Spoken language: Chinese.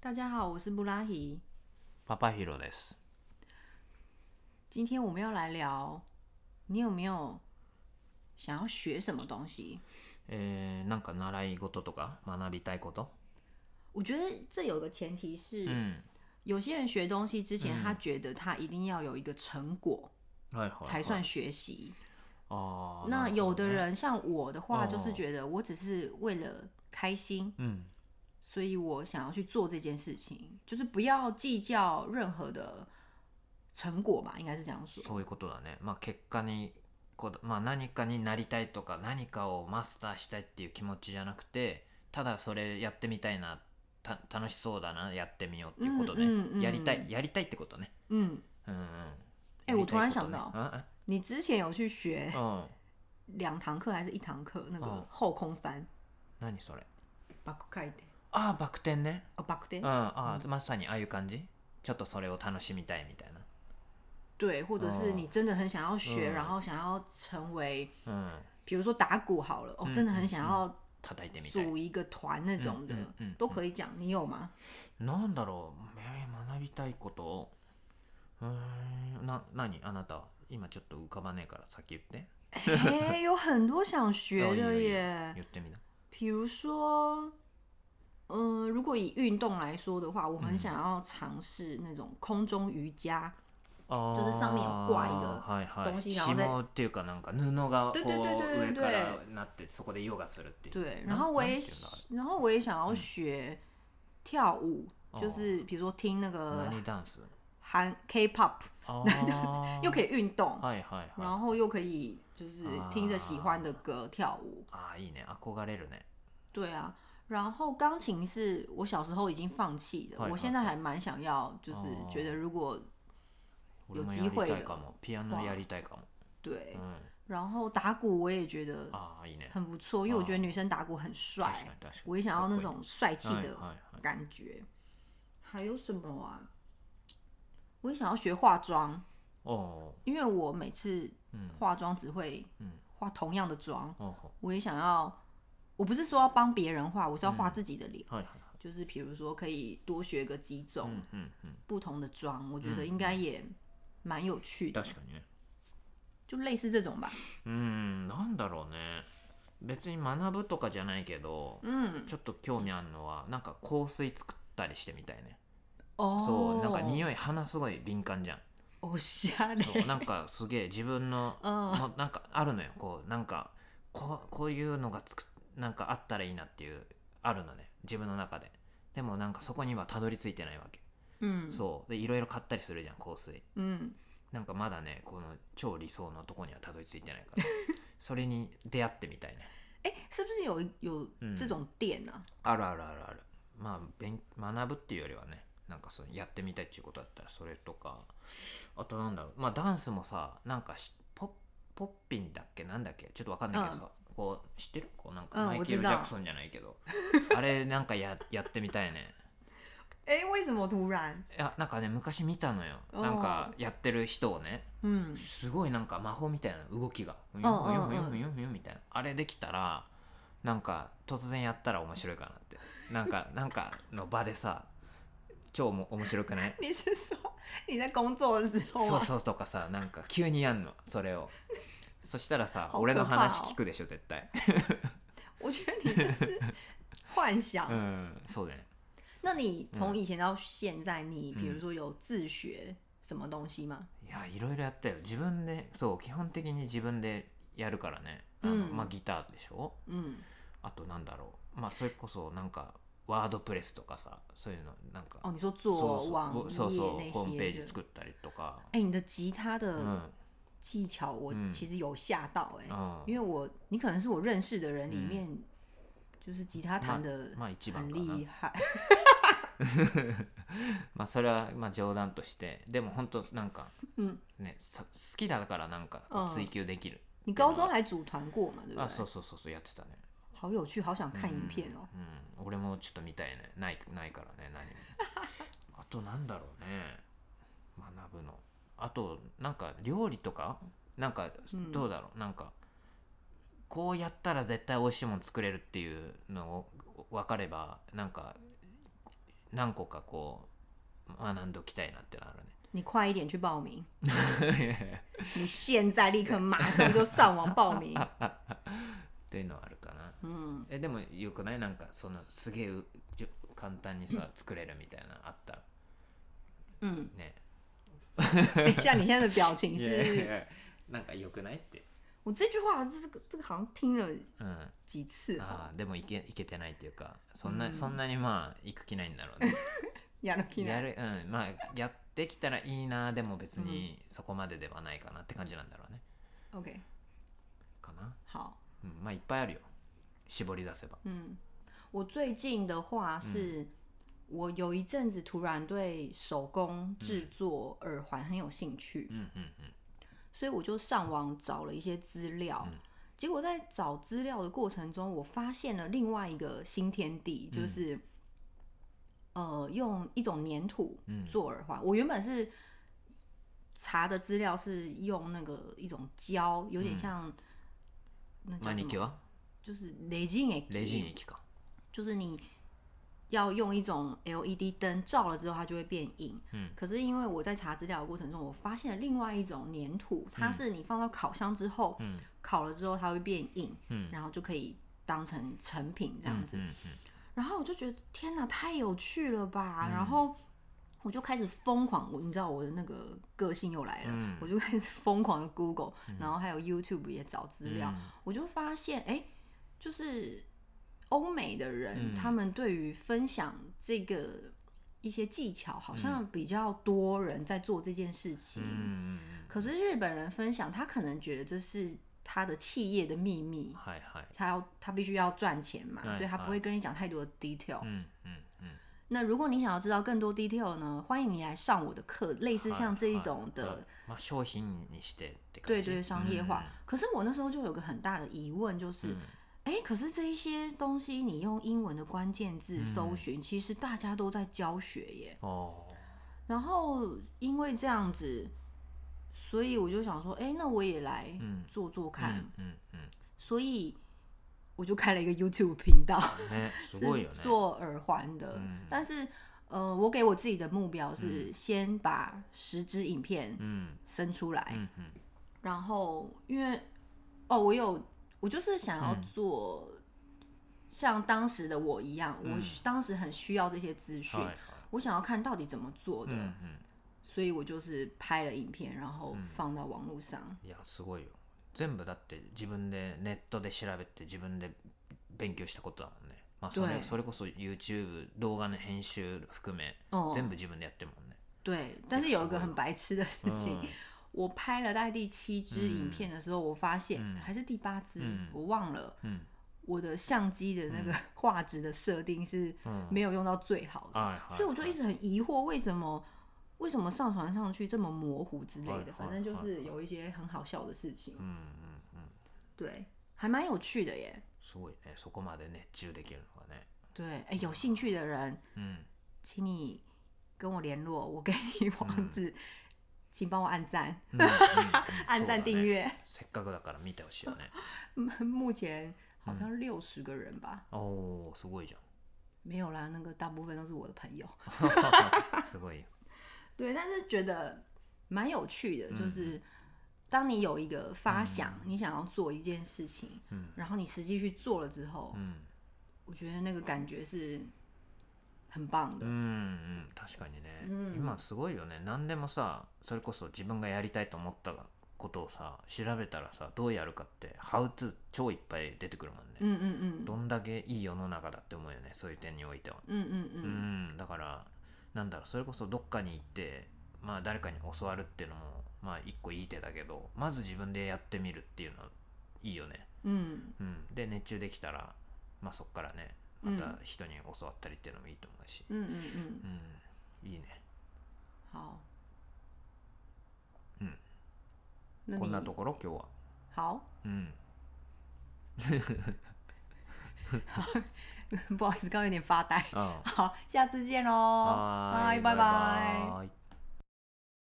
大家好，我是布拉希。パパヒロです。今天我们要来聊，你有没有想要学什么东西？えー、なんか習い事とか学びたいこと？我觉得这有个前提是，うん。有些人学东西之前，他觉得他一定要有一个成果はいはい、才算。学习。ああ。哦那なるほ有ど的ね。人像我的话，哦就是觉得我只是为了开心，うん。所以我想要去做这件事情，就是不要计较任何的成果吧，应该是这样说。そういうことだね。まあ結果にこだまあ何かになりたいとか何かをマスターしたいっていう気持ちじゃなくて、ただそれやってみたいな。た楽しそうだなやってみようっていうことね、うんうんうんやりたいやりたいってことね嗯，うんうんえ我突然想到到你之前有去学うんうん两堂课还是一堂课那个哦后空翻，何それバック回転ああバク転ね哦，バックう転んああ、まさにああいう感じちょっとそれを楽しみたいみたい对，或者是哦你真的很想要学，嗯然后想要成为，なうん比如说打鼓好了，哦，嗯真的很想要叩いてみたい组一个团那种的嗯嗯嗯嗯，都可以讲。你有 吗？なんだろうえー学びたいことうーんな何あなた今ちょっと浮かばねえから先言って哎，有很多想学哦有的有耶，言ってみな比如说。嗯，如果以运动来说的话，我嗯很想要尝试那种空中瑜伽。あ就是上面有挂一个はいはい东西然后再紐っていうかなんか布がこ对对对う对上对对からなってそこでヨガするっていう对，な然后我なん也ていうんだあれ然后我也想要学跳舞，就是比如说听那个何ダンス韩 K-pop，あ又ー可以运动，はいはいはい然后又可以就是听着喜欢的歌跳舞。あーいいね憧れるね对啊，然后钢琴是我小时候已经放弃的，嗨我嗨现在还蛮想要，就是哦觉得如果俺もや有機り会た的いかもピアノやりたいかも对う，ん然后打鼓我也觉得ああいいね很不错，因为我觉得女生打鼓很帅確か，に確かに我也想要那かっこいい种帅气はい的はいはい感觉。还有什么啊？我也想要学化妆，おお因为我每次化妆只会化同样的妆。おお我也想要，我不是说要帮别人画，我是要画自己的脸。はいはい就是比如说，可以多学个几种うんうんうん不同的妆，我觉得应该也蛮有趣的，確かにね就类似这种吧。うんなんだろうね別に学ぶとかじゃないけど、嗯，ちょっと興味あるのはなんか香水作ったりしてみたいね哦，そうなんか匂い鼻すごい敏感じゃん哦，吓嗯嘞， そうなんかすげえ自分の、うんもうなんかあるのよこうなんかこうこういうのがつくなんかあったらいいなっていうあるのね自分の中ででもなんかそこにはたどり着いてないわけ、嗯そうでいろいろ買ったりするじゃん香水嗯，なんかまだねこの超理想のとこにはたどり着いてないから それに出会ってみたいね哎、是不是有有嗯这种店啊？あるあるあるあるまあ勉学ぶっていうよりはねなんかそのやってみたいっていうことだったらそれとかあとなんだろうまあダンスもさなんかしポッポッピンだっけなんだっけちょっとわかんないけどさ、こう知ってるこうなんうかんマイケ我知ル・ジ道ャクソンじゃないけど、あれなんかややってみたいね哎、为什么突然？いやなんかね昔見たのよおーなんかやってる人をね嗯，すごいなんか魔法みたいな動きがふんうんふんうんふんふんふんふんみたいなあれできたらなんか突然やったら面白いかなってなん かなんかの場でさ超も面白く ない 你是说你在工作的时候そう吗？そうとかさなんか急にやんのそれをそしたらさ好可怕俺の話聞くでしょ絶対我觉得你这是幻想。うんそうだね那你从以前到现在，你比如说有自学什么东西吗？いやいろいろやったよ自分でそう基本的に自分でやるからねあの、うんまあギターでしょ嗯，あとなんだろうまあそれこそなんかワードプレスとかさそういうのなんか哦，你说做网页那些的。そうそうそうそうホームページ作ったりとか、哎、你的吉他うん的技巧我嗯其实有吓到哎、うん因为我你可能是我认识的人里面，就是吉他弹的まあ一番很かな、厉害。 まあ、それはまあ冗談としてでも本当なんか、うんね、さ好きだからなんかこううん追求できる、你高中还组团过嘛？对不あ对そう？そうそうそうやってたね、好有趣，好想看影片哦。うん、俺もちょっと見たいねないないからね 何もあとなんだろうね学ぶのあとなんか料理とかなんかうんどうだろう、なんかこうやったら絶対美味しいもの作れるっていうのを分かればなんか何個かこう学んどきたいなってなるね你快一点去报名， 你现在立刻马上就上网报名。っていうのはあるかな嗯，えでもよくないなんかそのすげえうじゅ簡単にさ作れるみたいなのあった嗯，ね哎像你现在的表情い是や いやなんかよくないって我这句话这个这个好像听了うん几次あ啊，ーでもいけいけてないっていうかそんな、そんなにまあ行く気ないんだろうねやる気なやい。るうんまあやってきたらいいなでも別にそこまでではないかなって感じなんだろうね OK，かな、好，うん、まあいっぱいあるよ絞り出せば嗯，我最近的话是，我有一阵子突然对手工制作耳环很有兴趣，うんうんうん所以我就上网找了一些资料。结果在找资料的过程中，我发现了另外一个新天地，就是、呃，用一种粘土嗯做耳环。我原本是查的资料是用那个一种胶，有点像、那叫マ什ニ么？キュア就是雷金诶，レジン液か就是你要用一种 LED 灯照了之后，它就会变硬。嗯，可是因为我在查资料的过程中，我发现了另外一种粘土，它是你放到烤箱之后，嗯烤了之后它会变硬，嗯然后就可以当成成品这うん样子。うんうん然后我就觉得天哪，太有趣了吧！嗯然后我就开始疯狂，我你知道我的那个个性又来了，嗯我就开始疯狂的 Google，、然后还有 YouTube 也找资料，嗯我就发现哎，就是欧美的人、嗯他们对于分享这个一些技巧，好像嗯比较多人在做这件事情。うんうん可是日本人分享，他可能觉得这是他的企业的秘密うん。はいはい他要他必须要赚钱嘛，哎所以他不会跟你讲太多的 detail う。んうんうん那如果你想要知道更多 detail 呢，欢迎你来上我的课，类似像这一は种い的，はいまあ商品にしてって感对じ对，商业嗯化。可是我那时候就有个很大的疑问，就是，哎、可是这一些东西你用英文的关键字嗯搜寻，其实大家都在教学耶。うんお然后因为这样子，所以我就想说，哎、那我也来嗯做做ー看。うんうん所以我就开了一个 YouTube 频道。うんねすごい是よね做耳环的，嗯但是呃，我给我自己的目标是先把十支影片うん生出来，うんうん然后因为哦，我有我就是想要做像当时的我一样，我当时很需要这些资讯，はいはい我想要看到底怎么做う的，んうん所以我就是拍了影片，然后放到网络上。いやすごいよ全部だって自分でネットで調べて自分で勉強したことだもんね、まあ、そ对れそれこそ YouTube 動画の編集含め哦、全部自分でやってるもんね、对，但是有一个很白痴的事情，我拍了大概第七支影片的时候，我发现、还是第八支，我忘了。嗯我的相机的那个 画质的设定是没有用到最好的，はいはい所以我就一直很疑惑，为什么为什么上传上去这么模糊之类的？嗯反正就是有一些很好笑的事情，うんうん对，还蛮有趣的耶。すごいねそこまで熱中できるのがね对，哎，有兴趣的人，うん请你跟我联络，我给你 网址，请帮我按赞、うん、うん うん按そうだ赞、ね订阅。せっかくだから見てほしいよね 目前好像六十个人吧，おおすごいじ没有啦，那个大部分都是我的朋友。 ゃんすごいよ对，但是觉得蛮有趣的，就是当你有一个发想，你想要做一件事情，然后你实际去做了之后，ん我觉得那个感觉是很棒的。うんうん確かにね、今すごいよね何でもさそれこそ自分がやりたいと思ったことをさ調べたらさどうやるかって「ハウツー超いっぱい出てくるもんね、嗯嗯嗯どんだけいい世の中だって思うよねそういう点においては嗯嗯う嗯，んだからなんだろうそれこそどっかに行ってまあ誰かに教わるっていうのもまあ一個いい手だけどまず自分でやってみるっていうのいいよね嗯うんで熱中できたらまあそっからねまた人に教わったりっていうのもいいと思うし嗯嗯嗯，うんいいね好。嗯，那こん你なところ今日は。好， うん。不好意思，刚刚有点发呆。あ 好，下次见喽，あ。拜拜。ーい。